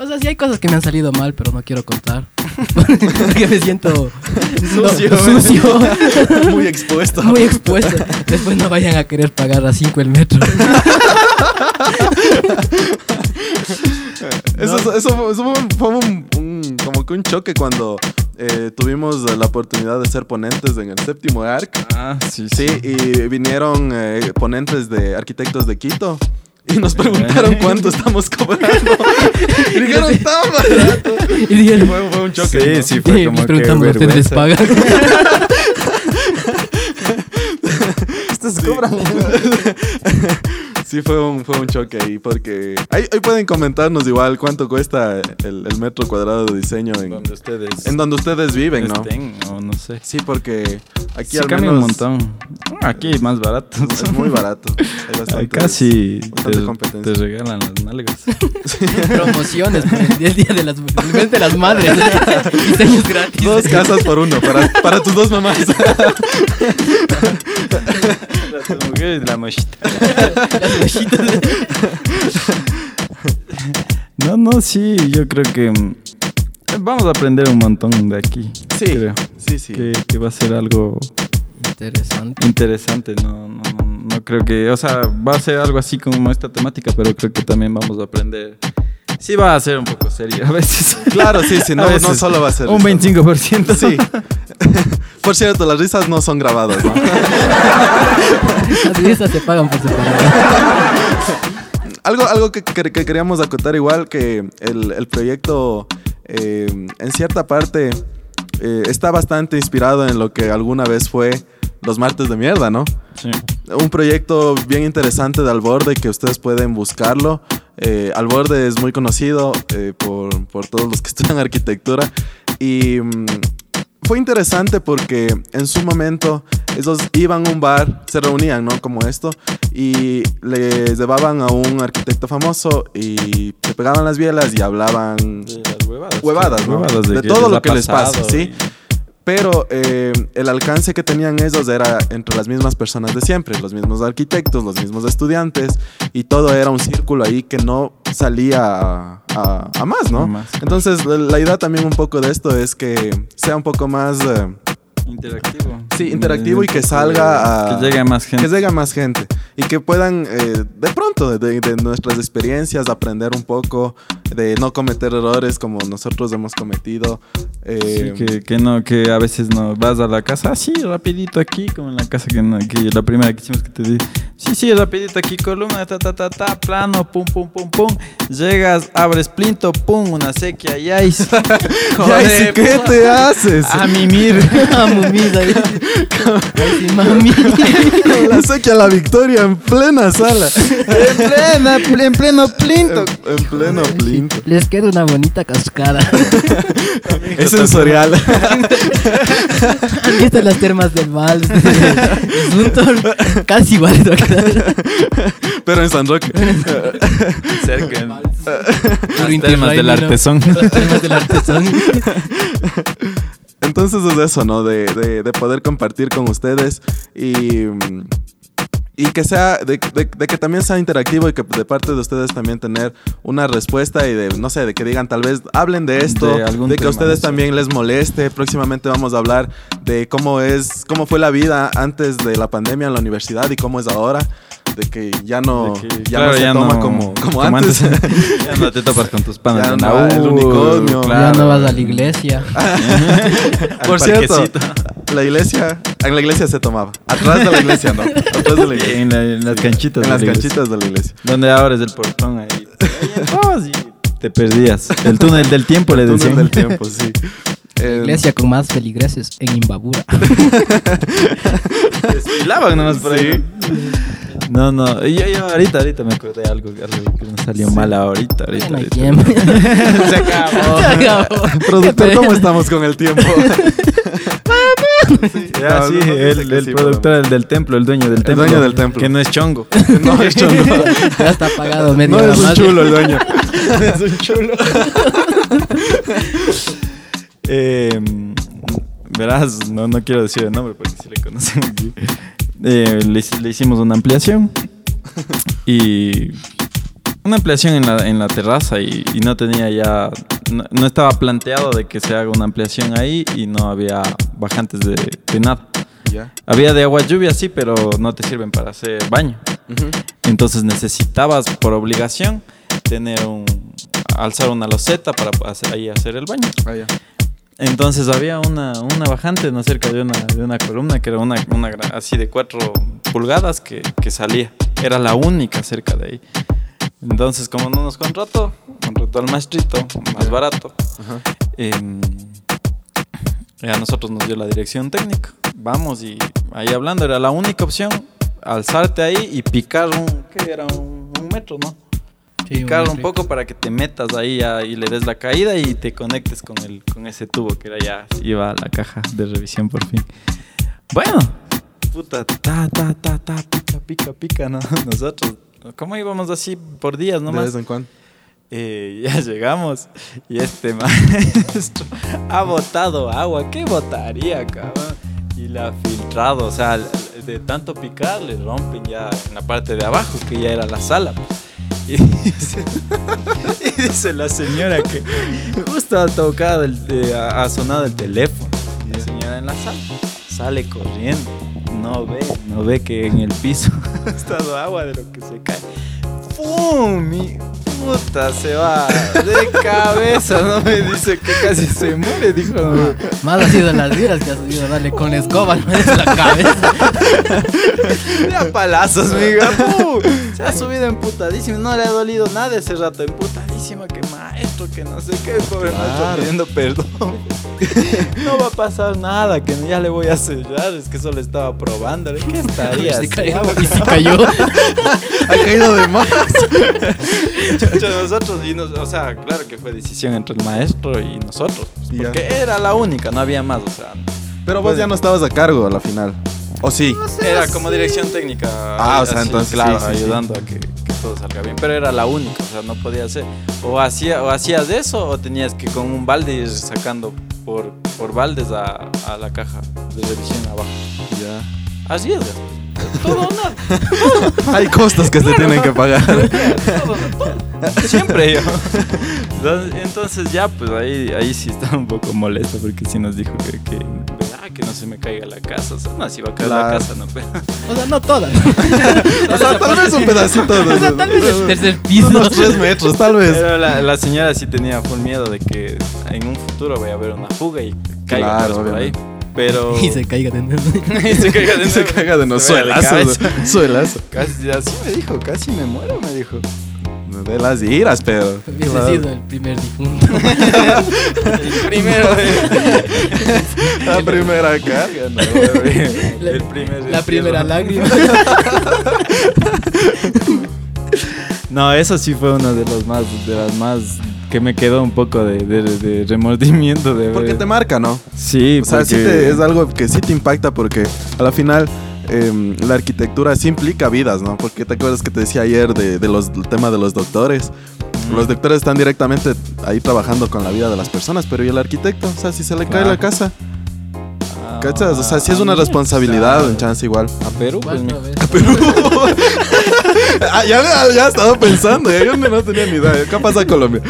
D: o sea, sí hay cosas que me han salido mal, pero no quiero contar. Porque me siento no,
A: Sucio.
D: sucio,
A: Muy expuesto.
D: muy expuesto. Después no vayan a querer pagar a 5 el metro.
A: Eso, eso fue- eso fue, un- fue un, un- como que un choque cuando eh, tuvimos la oportunidad de ser ponentes en el séptimo ARC.
C: Ah, sí,
A: Sí, y vinieron eh, ponentes de arquitectos de Quito y nos preguntaron cuánto estamos cobrando. Y dijeron, tan barato.
D: Y dije,
A: Y fue, fue un choque.
C: Sí,
A: ¿no?
C: sí, fue
D: eh,
C: como
D: nos
C: que
D: preguntamos, ¿ustedes les
C: vergüenza.
D: pagan?
A: Ustedes cobran. Sí, fue un, fue un choque ahí porque... Ahí, ahí pueden comentarnos igual cuánto cuesta el, el metro cuadrado de diseño en,
C: Donde ustedes
A: en donde ustedes viven, ¿no?
C: estén, o no sé.
A: Sí, porque aquí
C: Sí,
A: al
C: cambia
A: menos
C: un montón. Aquí más barato.
A: es muy barato. Hay bastantes-
C: Casi
A: bastante
C: te,
A: competencia.
C: te regalan las nalgas.
D: Promociones por el, el día de las, el mes de las madres. Diseños gratis.
A: Dos casas por uno para, para tus dos mamás.
C: Las mujeres de la mochita.
D: Las mochitas.
C: No, no, sí, yo creo que mm, vamos a aprender un montón de aquí.
A: Sí,
C: creo
A: sí, sí.
C: Que, que va a ser algo
D: Interesante.
C: interesante. No, no, no, no creo que, o sea, va a ser algo así como esta temática, pero creo que también vamos a aprender. Sí va a ser un poco serio a veces.
A: Claro, sí, sí, no,
C: A
A: no
C: veces.
A: solo va a ser.
C: Un
A: risas.
C: 25%.
A: Sí. Por cierto, las risas no son grabadas, ¿no?
D: Las listas se pagan por separado.
A: Algo, algo que, que- que queríamos acotar igual, que el, el proyecto eh, en cierta parte eh, está bastante inspirado en lo que alguna vez fue los martes de mierda, ¿no?
C: Sí.
A: Un proyecto bien interesante de Al Borde que ustedes pueden buscarlo. Eh, Al Borde es muy conocido eh, por, por todos los que estudian arquitectura y mm, fue interesante porque en su momento ellos iban a un bar, se reunían, ¿no? Como esto y les llevaban a un arquitecto famoso y se pegaban las bielas y hablaban
C: De las huevadas.
A: Huevadas, ¿no?
C: Huevadas
A: De
C: que
A: todo lo
C: ha
A: que les pasa,
C: pasado
A: ¿sí? Pero eh, el alcance que tenían ellos era entre las mismas personas de siempre, los mismos arquitectos, los mismos estudiantes, y todo era un círculo ahí que no salía a, a- a más, ¿no?
C: A más.
A: Entonces, la, la idea también un poco de esto es que sea un poco más... eh,
C: y Interactivo.
A: Sí, interactivo y que
C: Entonces,
A: salga a-
C: Que llegue a más gente.
A: que llegue a más gente y que puedan eh, de pronto de, de nuestras experiencias aprender un poco de no cometer errores como nosotros hemos cometido.
C: Sí,
A: eh,
C: que, que no, que a veces no vas a la casa, así rapidito aquí, como en la casa que, no- que la primera que hicimos que te di. Sí, sí, rapidito aquí, columna, ta, ta, ta, ta, plano, pum, pum, pum, pum. Llegas, abres plinto, pum, una sequía, ya
A: Ya,
C: y
A: ¿y si qué te haces?
C: A mimir.
D: Ah, mumis ahí. Ay, sí, mami.
A: La sequía la victoria en plena sala.
C: en, plena, pl- en pleno plinto.
A: en, en pleno plinto.
D: Les queda una bonita cascada.
A: Es sensorial.
D: Aquí están las termas del mal. Es un tor- casi igual. te va a quedar.
A: Pero en San Roque.
C: Cerca.
D: Turín
C: termas del
D: Terrain, ¿no?
C: artesón.
D: Las termas del artesón.
A: Entonces es eso, ¿no? De, de- de poder compartir con ustedes y, mm, y que sea, de, de- de que también sea interactivo y que de parte de ustedes también tener una respuesta y de, no sé, de que digan tal vez hablen de esto,
C: De
A: de,
C: algún
A: que
C: tema,
A: a ustedes
C: eso.
A: también les moleste. Próximamente vamos a hablar de cómo es, cómo fue la vida antes de la pandemia en la universidad y cómo es ahora. De que ya no,
C: De que,
A: ya
C: claro,
A: no se
C: ya
A: toma
C: no-
A: como, como,
C: como
A: antes.
C: ya no te topas con tus panas.
A: Ya
C: en
A: no
C: la
A: va el
C: U,
A: unicornio.
D: Ya
C: claro.
D: no vas a la iglesia.
A: Ah.
C: Al
A: Por cierto,
C: parquecito.
A: la iglesia, en la iglesia se tomaba. Atrás de la iglesia, no. Atrás de la iglesia.
C: En, la- en las canchitas.
A: En
C: de
A: las
C: la iglesia.
A: canchitas de la iglesia.
C: Donde abres el portón ahí. Ahí entrabas y te perdías. El túnel del tiempo le
A: Túnel
C: decían.
A: del tiempo, sí. Eh,
D: Iglesia con más feligreses en Imbabura.
A: Eh,
C: Desfilaban nomás por ahí. No, no. Yo, yo ahorita, ahorita me acordé de algo, algo que nos salió mal ahorita, ahorita.
D: No hay
C: ahorita.
D: tiempo.
C: Se acabó.
D: Se acabó.
A: Productor, ¿cómo estamos con el tiempo?
C: Ya,
A: No,
C: Ah, sí,
A: no, no dice
C: el,
A: que
C: el
A: Ah, sí,
C: productor,
A: pero-
C: el del templo, el dueño del
A: El
C: templo.
A: dueño del templo.
C: Que no es chongo.
A: No, esto no.
D: Ya está pagado medio
A: No es un chulo el dueño.
C: es un chulo. Eh, verás, no, no quiero decir el nombre porque si le conocen aquí. Eh, le, hic- le hicimos una ampliación y una ampliación en la, en la terraza y, y no tenía ya, no, no estaba planteado de que se haga una ampliación ahí y no había bajantes de, de nada.
A: Ya.
C: Había de agua lluvia, sí, pero no te sirven para hacer baño. Entonces necesitabas por obligación tener un alzar una loseta para hacer- ahí hacer el baño.
A: Ah, ya.
C: Entonces había una, una bajante no cerca de una, de una columna que era una, una gra- así de cuatro pulgadas que, que salía. Era la única cerca de ahí. Entonces, como no nos contrató, contrató al maestrito, más barato.
A: Ajá.
C: Em, y a nosotros nos dio la dirección técnica. Vamos y ahí hablando, era la única opción alzarte ahí y picar un, ¿qué era? Un, un metro, ¿no? Picar un poco para que te metas ahí ya y le des la caída y te conectes con, el, con ese tubo que era ya, iba a la caja de revisión por fin. Bueno, puta, ta, ta, ta, ta, pica, pica, pica, ¿no? Nosotros, ¿cómo íbamos así por días
A: De
C: nomás?
A: vez en cuando.
C: Eh, ya llegamos y este maestro ha botado agua. ¿Qué botaría, cabrón? Y la ha filtrado, o sea, l- de tanto picar le rompen ya en la parte de abajo, que ya era la sala. pues. Y dice, y dice la señora que justo ha tocado, el, eh, ha ha sonado el teléfono. La señora en la sala sale corriendo no ve, no ve que en el piso ha estado agua de lo que se cae. ¡Pum! Mi puta se va de cabeza, no me dice que casi se muere, dijo la mamá.
D: Más ha sido las vidas que ha subido darle con la escoba, no es la cabeza.
C: De a palazos, miga. ¡pum! Se ha subido emputadísimo. No le ha dolido nada ese rato. Emputadísimo, que maestro, que no sé qué. Pobre maestro pidiendo perdón. No va a pasar nada, que ya le voy a cerrar. Es que solo estaba probándole. ¿Qué estaría?
D: Se cayó,
C: haciendo?
D: y se cayó.
A: Ha caído de más.
C: Chucha, nosotros, y nos- o sea, claro que fue decisión entre el maestro y nosotros. pues,
A: Ya.
C: porque era la única, no había más, o sea.
A: Pero vos ya no estabas a cargo a la final. ¿O sí?
C: Era como dirección técnica.
A: Ah, o sea, entonces,
C: Claro,
A: sí, sí, sí.
C: ayudando a que, que todo salga bien. Pero era la única, o sea, no podía ser. O, hacía, o hacías eso o tenías que con un balde ir sacando por, por baldes a, a la caja de revisión abajo.
A: Ya.
C: Así es. Todo o nada.
A: Hay costos que se tienen que pagar.
C: todo, todo. Siempre yo. Entonces- Entonces ya, pues ahí, ahí sí estaba un poco molesto porque sí nos dijo que, que, "Verá, que no se me caiga la casa. O sea, no, si va a caer la
A: Claro.
C: casa, no, pero...
D: O sea, no todas.
A: O sea, tal vez un pedacito de,
D: O sea, tal vez el tercer piso.
A: unos tres metros, tal vez.
C: Pero la, la señora sí tenía full miedo de que en un futuro vaya a haber una fuga y caiga
A: Claro,
C: pues, por ahí.
A: obviamente.
C: Pero.
D: Y se caiga de nuevo.
C: y se caiga de
A: Se
C: nuevo.
A: caga de
C: Se vaya
A: nosotros. Suelazo.
C: cabeza.
A: Suelazo.
C: Casi, así me dijo, casi me muero, me dijo.
A: De las iras, pero.
D: Hubiese
A: Claro.
D: sido el primer difunto.
C: El primero de. Ah,
A: La primera carga, no,
C: El
D: La-
C: primer
D: La primera
C: entierro.
D: lágrima.
C: No, eso sí fue uno de los más. De las más que me quedó un poco de, de, de remordimiento de
A: Porque
C: ver-
A: te marca, ¿no?
C: Sí,
A: O sea, sí
C: porque-
A: te- es algo que sí te impacta porque a la final em, la arquitectura sí implica vidas, ¿no? Porque te acuerdas que te decía ayer de, de los, del tema de los doctores. Los doctores están directamente ahí trabajando con la vida de las personas, pero ¿y el arquitecto? O sea, si se le
C: Claro.
A: cae la casa,
C: Ah,
A: ¿cachas? O sea, sí es
C: a
A: una
C: mí,
A: responsabilidad,
C: o sea,
A: en chance igual.
C: A Perú, pues
D: Cuarta
C: mijo.
D: vez.
A: Ah, ya, ya estaba pensando, ya yo no tenía ni idea. Capaz a Colombia.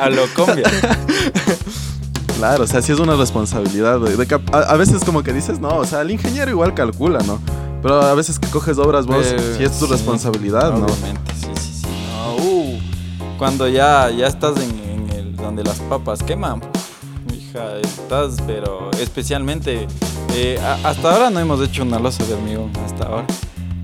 C: a lo combia.
A: Claro, o sea, sí es una responsabilidad. güey, de que a, a veces como que dices, no, o sea, el ingeniero igual calcula, ¿no? Pero a veces que coges obras vos,
C: Eh,
A: sí es tu
C: sí,
A: responsabilidad, Ah, ¿no?
C: Obviamente, sí, sí, sí. No, uh, cuando ya, ya estás en, en el donde las papas queman, uf, hija, estás, pero especialmente, eh, a- hasta ahora no hemos hecho una losa de hormigón, hasta ahora.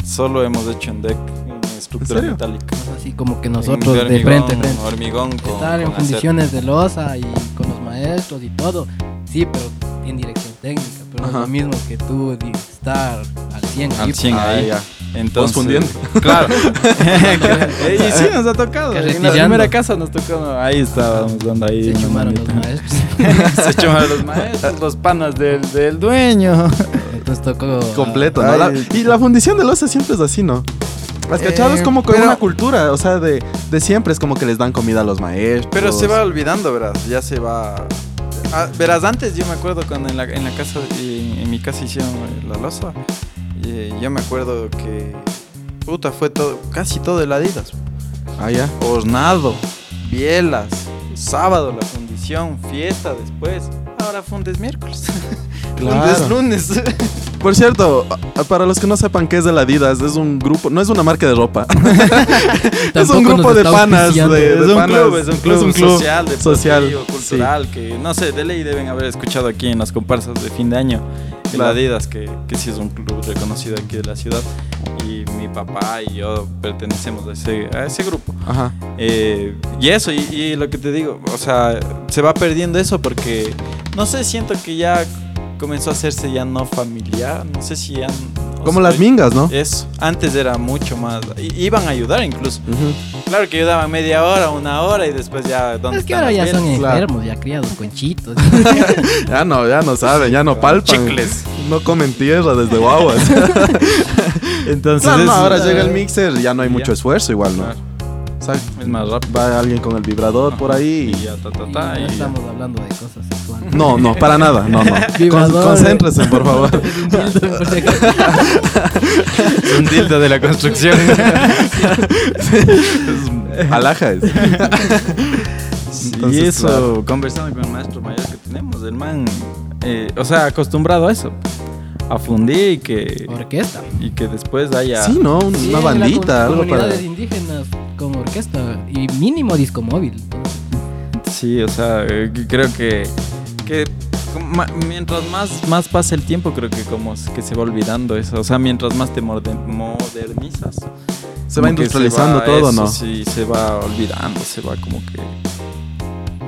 C: Solo hemos hecho en deck, en estructura
A: serio?
C: metálica.
D: Así como que
C: En
D: nosotros de,
C: hormigón,
D: frente a frente.
C: Hormigón con,
D: Estar en
C: con acero.
D: condiciones de losa y con los maestros y todo. Sí, pero en dirección técnica. Pero no es
A: Ajá.
D: lo mismo que tú di- estar al 100.
C: Al
D: ahí,
C: 100
A: Ah,
C: ahí.
A: ya.
C: Entonces,
A: fundiendo.
C: Claro. y sí, nos ha tocado. En la
D: Carreteando.
C: primera casa nos tocó. Ahí estábamos dando ahí. una
D: Se chumaron los
C: manita.
D: maestros.
C: Se chumaron los maestros, los panas del, del dueño.
D: Entonces tocó. ah,
A: Completo, ¿no? La-
C: Ay.
A: y la fundición de losa siempre es así, ¿no? Las cachadas
C: Eh,
A: es como que
C: pero-
A: una cultura, o sea, de, de siempre es como que les dan comida a los maestros.
C: Pero se va olvidando, verás. Ya se va. Ah, verás, antes yo me acuerdo cuando en la, en la casa, en, en mi casa hicieron la losa. eh, yo me acuerdo que. Puta, fue todo, casi todo el Adidas.
A: Ah, ya.
C: Hornado, bielas, sábado la fundición, fiesta después. Ahora fundes miércoles. Fundes
A: Claro.
C: lunes.
A: Por cierto, a- para los que no sepan qué es el Adidas, es un grupo, no es una marca de ropa. es
D: tampoco
A: un
D: nos
A: grupo de
D: está
A: panas. De,
D: auspiciando.
A: de
C: es, un
A: panas.
C: club, es un club, social, deportivo,
A: social,
C: cultural, que no sé, de ley deben haber escuchado aquí en las comparsas de fin de año, el
A: Claro.
C: Adidas, que, que sí es un club reconocido aquí de la ciudad, y mi papá y yo pertenecemos a ese, a ese grupo.
A: Ajá.
C: Eh, y eso, y, y lo que te digo, o sea, se va perdiendo eso porque, no sé, siento que ya comenzó a hacerse ya no familiar, no sé si ya... no
A: Como
C: sé,
A: las mingas, ¿no?
C: Eso, antes era mucho más, i- iban a ayudar incluso.
A: Ujú.
C: Claro que ayudaban media hora, una hora y después ya. ¿dónde
D: Es que
C: están
D: ahora ya
C: las
D: son
C: velas?
A: claro.
D: enfermos, ya criados conchitos.
A: Ya no, ya no saben, ya no palpan.
C: Ah, Chicles.
A: No comen tierra desde guaguas.
C: Entonces.
A: Claro,
C: es-
A: no, ahora llega el mixer, ya no hay
C: Ya.
A: mucho esfuerzo igual, ¿no?
C: Claro.
A: O sea,
C: Es más rápido.
A: va alguien con el vibrador por ahí.
C: Y ya, ta, ta,
D: Y
C: ta,
D: no
C: y ya.
D: estamos hablando de cosas sexuales.
A: No, no, para nada, no, no. Con-
D: Vibrador.
A: concéntrese, por favor.
C: Es un tilde de la construcción.
A: Alaja es.
C: y
A: Entonces,
C: eso,
A: claro.
C: conversando con el maestro mayor que tenemos, el man. eh, o sea, acostumbrado a eso. a fundir y que,
D: Orquesta.
C: y que después haya...
A: Sí, ¿no? Una
D: Sí, en la
A: bandita,
D: comu-
A: algo para...
D: comunidades indígenas con orquesta y mínimo disco móvil. entonces,
C: Sí, o sea, eh, creo que, que ma- mientras más, más pasa el tiempo, creo que como s- que se va olvidando eso. O sea, mientras más te morde- modernizas.
A: Se va
C: como que
A: industrializando
C: va
A: todo,
C: eso,
A: ¿no?
C: Sí, se va olvidando, se va como que...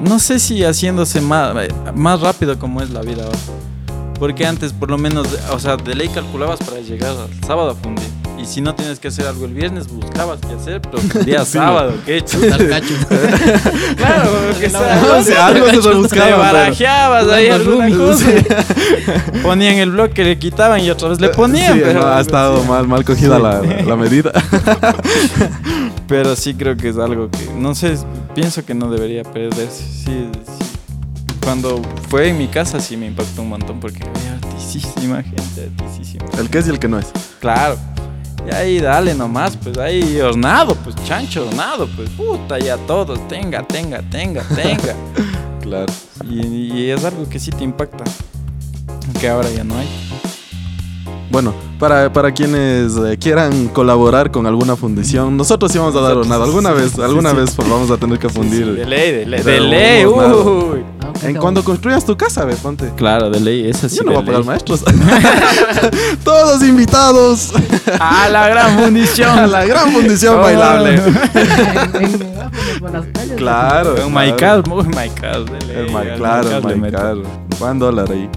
C: No sé si haciéndose más, más rápido como es la vida ahora. Porque antes, por lo menos, o sea, de ley calculabas para llegar al sábado a fundir. Y si no tienes que hacer algo el viernes, buscabas qué hacer, pero el día
A: Sí, ¿no?
C: sábado, qué chuta.
D: Dar cacho.
C: Claro, que
D: No,
C: sea,
D: no,
C: no
A: Sí,
C: sé,
A: algo se
C: Te
A: rebuscaban, pero-
C: barajeabas ahí
D: Dando
C: alguna
D: roomies.
C: cosa. Ponían el bloque, le quitaban y otra vez le ponían.
A: pues, Sí,
C: pero,
A: no, ha estado mal, mal cogida
C: Sí.
A: la, la medida.
C: pero sí creo que es algo que, no sé, pienso que no debería perderse. Sí, sí. Cuando fue en mi casa sí me impactó un montón porque había altísima gente, altísima.
A: El que es y el que no es.
C: Claro. Y ahí dale nomás, pues ahí hornado, pues chancho hornado, pues puta, ya todos, tenga, tenga, tenga, tenga.
A: Claro.
C: Y, y es algo que sí te impacta. Que ahora ya no hay.
A: Bueno, para, para quienes eh, quieran colaborar con alguna fundición, nosotros sí vamos a dar
C: Nosotros
A: nada.
C: sí,
A: Alguna
C: sí,
A: vez,
C: sí,
A: alguna
C: sí.
A: vez pues, vamos a tener que
C: Sí, sí, de
A: fundir.
C: ley, de ley.
A: Pero
C: De ley,
A: vamos, nada.
C: uy.
D: Ah, ok,
A: En
D: está
A: cuando
D: bueno.
A: construyas tu casa, ve, ponte.
C: Claro, de ley, esa sí.
A: Yo no
C: de
A: voy a pagar
C: ley.
A: maestros. Todos invitados
C: A la gran
A: a
C: fundición.
A: la gran fundición bailable.
D: En- en megáfonos, por las calles.
A: Claro.
C: Un my
A: claro.
C: card, muy my card, de ley.
A: El
C: al
A: my claro,
C: card le
A: el my
C: meto.
A: claro. One dólar ahí.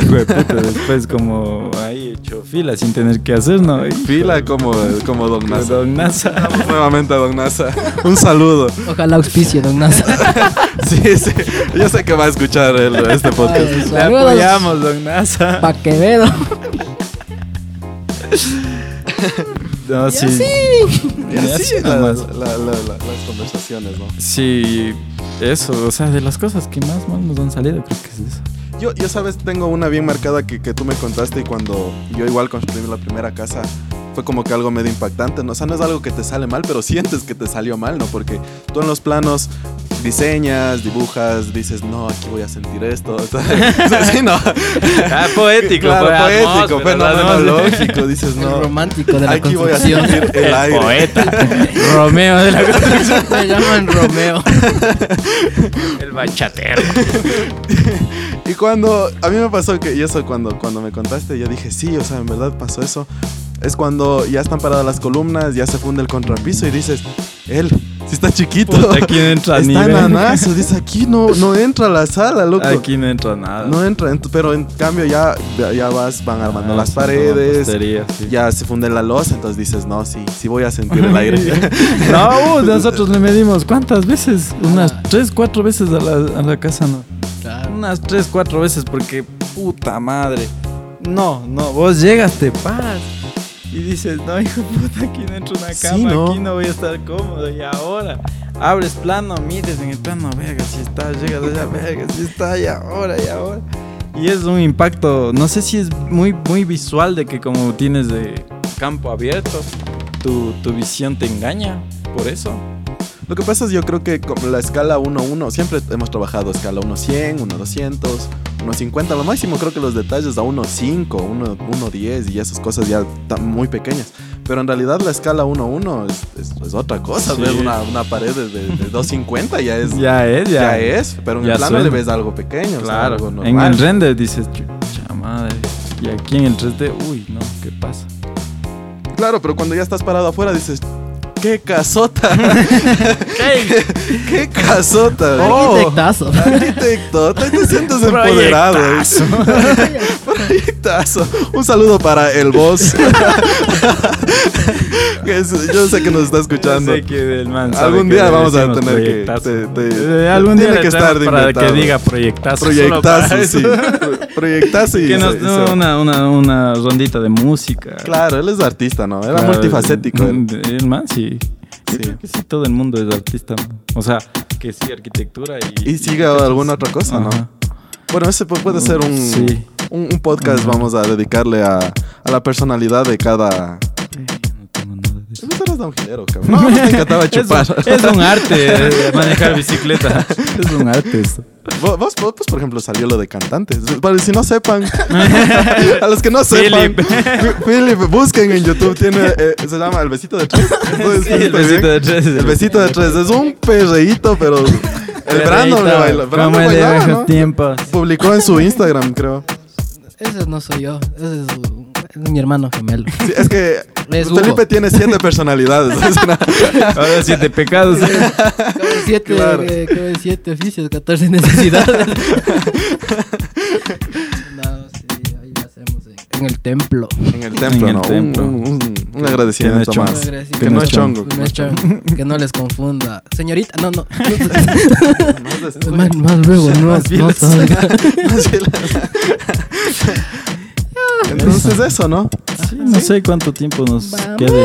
C: Hijo de puta, después pues, como ahí hecho fila sin tener que hacer, ¿no? Hijo
A: Fila
C: de-
A: como, como Don Nasa.
C: Don NASA.
A: Vamos nuevamente a Don Nasa. Un saludo.
D: Ojalá auspicie, don Nasa.
A: Sí, sí. Yo sé que va a escuchar el- este podcast.
D: Ay,
C: Le
D: saludos.
C: apoyamos, Don NASA.
D: Pa' Quevedo.
C: No, sí.
A: Y así
C: Ya
A: la-
C: nomás.
A: la- la- la- las conversaciones, ¿no?
C: Sí, eso, o sea, de las cosas que más mal nos han salido, creo que es eso.
A: Yo, yo sabes, tengo una bien marcada que, que tú me contaste y cuando yo igual construí la primera casa fue como que algo medio impactante, ¿no? O sea, no es algo que te sale mal, pero sientes que te salió mal, ¿no? Porque tú en los planos diseñas, dibujas, dices, no, aquí voy a sentir esto, o sea, sí, no.
C: Ah, poético,
A: Claro,
C: fue
A: poético,
C: atmósfera, la
A: fenómeno
C: atmósfera.
A: lógico, dices,
D: El
A: Pues no,
D: romántico de la
A: aquí voy a
D: construcción.
A: sentir el
C: El
A: aire.
C: poeta. Romeo de la
D: Se llaman Romeo.
C: El bachatero.
A: Y cuando a mí me pasó que, y eso cuando, cuando me contaste, yo dije, sí, o sea, en verdad pasó eso. Es cuando ya están paradas las columnas, ya se funde el contrapiso y dices, él, si está chiquito,
C: aquí no entra ni
A: está
C: ver.
A: enanazo. Dice, aquí no, no entra a la sala, loco.
C: Aquí no entra nada.
A: No entra, ent- pero en cambio ya, ya vas, van armando
C: Ah,
A: las
C: sí, no,
A: paredes,
C: postería, sí.
A: ya se funde la losa, entonces dices, no, sí, sí voy a sentir el aire.
C: No, uh, nosotros le medimos cuántas veces, unas
D: Ah.
C: tres, cuatro veces a la, a la casa, no.
D: Claro.
C: Unas tres, cuatro veces porque puta madre. No, no, vos llegas, te paras. Y dices, no, hijo de puta, aquí no entra una
A: Sí,
C: cama,
A: ¿no?
C: aquí no voy a estar cómodo. Y ahora, abres plano, mides en el plano, verga, si está, llegas allá, verga, si está, y ahora, y ahora. Y es un impacto, no sé si es muy, muy visual de que como tienes de campo abierto, tu, tu visión te engaña por eso.
A: Lo que pasa es yo creo que con la escala 1-1, siempre hemos trabajado escala 1-100, 1-200, 1-50, lo máximo creo que los detalles a 1-5, 1 1-10 y esas cosas ya tan muy pequeñas. Pero en realidad la escala 1-1 es, es- es otra cosa,
C: Sí.
A: ves una, una pared de, de- de 250 ya es... Ya.
C: Ya es,
A: es, pero en
C: Ya
A: el plano
C: suena.
A: le ves algo pequeño, o sea,
C: Claro,
A: algo
C: en
A: normal.
C: el render dices, chucha madre. Y aquí en el 3D, uy, no, ¿qué pasa?
A: Claro, pero cuando ya estás parado afuera dices, ¡qué casota! ¡Qué casota! Oh.
D: Arquitectazo.
A: Arquitecto, ahí te sientes empoderado. Proyectazo. Un saludo para el boss. Que es- Yo sé que nos está escuchando.
C: Yo sé que el man sabe
A: Algún
C: que
A: día
C: le
A: vamos a
C: decimos
A: tener que.
C: proyectazo.
A: te- te-
C: Eh, algún día
A: tiene
C: le
A: que estar de
C: traemos para que
A: invitado.
C: diga proyectazo. solo para
A: Proyectazo,
C: eso.
A: sí. Pro- Proyectazo y.
C: que nos
A: se-
C: no,
A: se-
C: una, una, una rondita de música.
A: Claro, él es artista, ¿no? Era
C: Claro, Mm.
A: multifacético. él.
C: El, el man, sí. Yo
A: Sí.
C: creo que sí, todo el mundo es artista. ¿no? O sea, que sí, arquitectura y.
A: Y sigue alguna otra cosa, ¿no?
C: Ajá.
A: Bueno, ese pu- puede ser un,
C: Sí.
A: un, un podcast. Vamos a dedicarle a, a la personalidad de cada.
C: Eh, No tengo nada de eso.
A: Tú eres danjilero, cabrón. No, me encantaba
C: Es
A: chupar.
C: un- Es, un arte eh, manejar bicicleta. Es un arte esto.
A: Vos, vos, vos, pues, por ejemplo, salió lo de cantantes. Para si no sepan, a los que no sepan,
E: Philip.
A: Fi- Philip, busquen en YouTube, tiene, eh, se llama El Besito de Tres. Entonces,
C: el
A: está
C: besito
A: bien.
C: de tres.
A: ¿eh? El Besito de Tres es un perreíto, pero el Brandon le bailó.
C: Como
A: Brandon
C: el de
A: bailaba,
C: viejos
A: ¿no?
C: tiempos.
A: Publicó en su Instagram, creo.
D: Ese no soy yo, ese es, un- es mi hermano gemelo.
A: Sí, es que
D: Es
A: Felipe
D: Hugo.
A: tiene siete personalidades. Es una-
C: Ahora siete pecados.
D: Acabo de siete,
A: Claro.
D: eh, acabo de siete oficios, 14 necesidades. no, sí, ahí lo hacemos eh. en, en el templo.
A: en el templo,
C: En el
A: ¿no? Un-
C: templo.
A: Un, un- un agradecimiento
C: Que no es
A: más.
C: chongo.
A: Que no es chongo.
D: Que no es chongo. Que no les confunda. Señorita, no, no.
A: Más
D: más, más luego, no,
A: bien
D: no
A: les-
D: salga.
A: más bien les- Entonces eso, ¿no?
C: Sí, no sé cuánto tiempo nos
D: Vamos.
C: quede.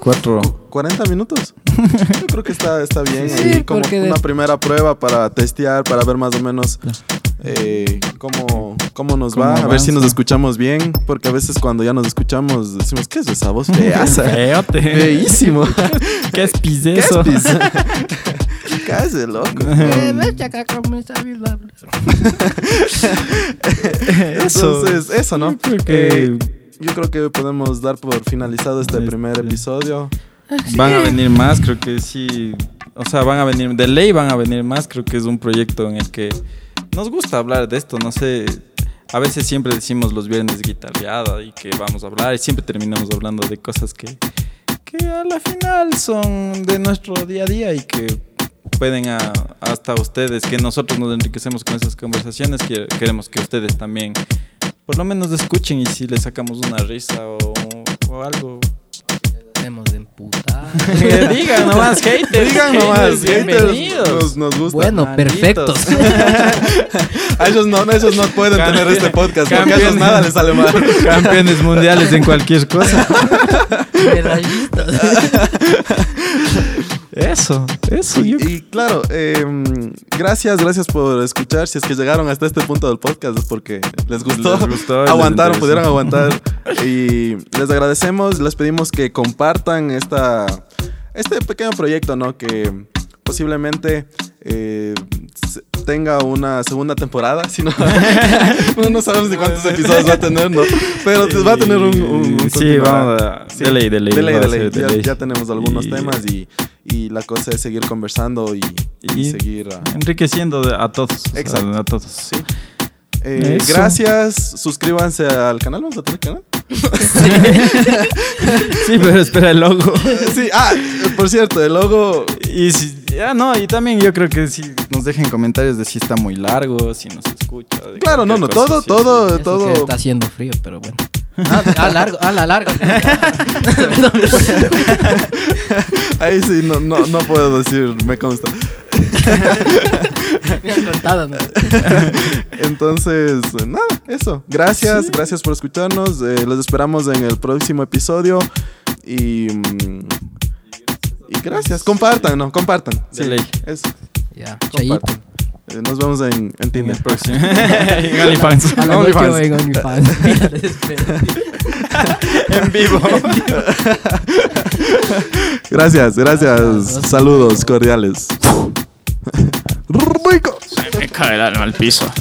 C: Cuatro.
A: 40 minutos. Yo creo que está, está bien.
D: Sí,
A: ahí como
D: porque de-
A: una primera prueba para testear, para ver más o menos eh, cómo, cómo nos
C: Cómo
A: va, a ver si
C: avanza.
A: nos escuchamos bien. Porque a veces cuando ya nos escuchamos decimos, ¿qué es esa voz feaza?
C: Feote.
A: Feísimo.
C: ¿Qué es
A: ¿Qué es
C: piseso?
A: pis- ¿Qué es de loco?
C: Eso.
A: Entonces, eso, ¿no?
C: Creo que
A: Eh, yo creo que podemos dar por finalizado este
C: Este.
A: primer episodio.
C: van a venir más, creo que sí. O sea, van a venir, de ley van a venir más. Creo que es un proyecto en el que nos gusta hablar de esto. No sé, a veces siempre decimos los viernes guitarreada y que vamos a hablar y siempre terminamos hablando de cosas que, que a la final son de nuestro día a día y que pueden a- hasta ustedes, que nosotros nos enriquecemos con esas conversaciones, que queremos que ustedes también por lo menos escuchen y si les sacamos una risa o, o algo,
D: Hacemos de emputar.
C: que digan nomás, haters.
A: Digan nomás, haters, nos,
C: bienvenidos.
A: nos gusta.
D: Bueno,
C: Malditos.
D: perfectos.
A: A ellos no, ellos no pueden
C: Cambien-
A: tener este podcast porque a
C: cambien-
A: ellos nada les sale mal.
C: Campeones mundiales en cualquier cosa.
A: Ah,
D: Medallistas.
C: Eso, eso.
A: Y,
C: Yo...
A: y claro, em, gracias, gracias por escuchar. Si es que llegaron hasta este punto del podcast es porque les gustó.
C: Les gustó y les
A: aguantaron,
C: interesó.
A: pudieron aguantar. Y les agradecemos, les pedimos que compartan esta, este pequeño proyecto, ¿no? Que posiblemente eh, se- tenga una segunda temporada, si no, no, no sabemos ni cuántos episodios va a tener, ¿no? Pero va a tener un... un- un
C: sí,
A: continuará.
C: vamos a.
A: Sí.
C: De ley, de ley.
A: De ley,
C: va a
A: de
C: ser
A: ley.
C: de
A: Ya,
C: ley.
A: ya tenemos algunos
C: Y-
A: temas y, y la cosa es seguir conversando y, y
C: Y-
A: seguir. ah,
C: Enriqueciendo de- a todos. o sea,
A: Exacto.
C: A, todos.
A: sí. Eh,
C: Eso.
A: gracias. Suscríbanse al canal. ¿Vamos a tener canal?
C: Sí, pero espera el logo.
A: sí, ah, eh, por cierto, el logo.
C: Y si, ah, no, y también yo creo que si nos dejen comentarios de si está muy largo, si nos escucha. de
A: Claro, no, no.
C: cualquier
A: Todo,
C: cosa, sí,
A: todo,
D: Eso que
A: todo.
D: Está haciendo frío, pero bueno. Ah, a largo, a la larga. Perdón.
A: Ahí sí, no, no, no puedo decir, me consta.
D: Me han contado, ¿no?
A: Entonces, nada, eso. Gracias, gracias por escucharnos. eh, los esperamos en el próximo episodio. Y. mm, y gracias. Compartan, ¿no? Compartan.
C: De ley.
A: Eso.
D: Ya,
A: Compartan.
D: Chayito.
A: Eh, nos vemos en, en
C: sí. En
A: Tinder.
C: el próximo. En OnlyFans.
D: A la noche
A: OnlyFans.
D: voy en OnlyFans. Mira, les espero.
C: En vivo.
A: Gracias, gracias. Saludos cordiales. Rico.
C: Me cae el alma al piso.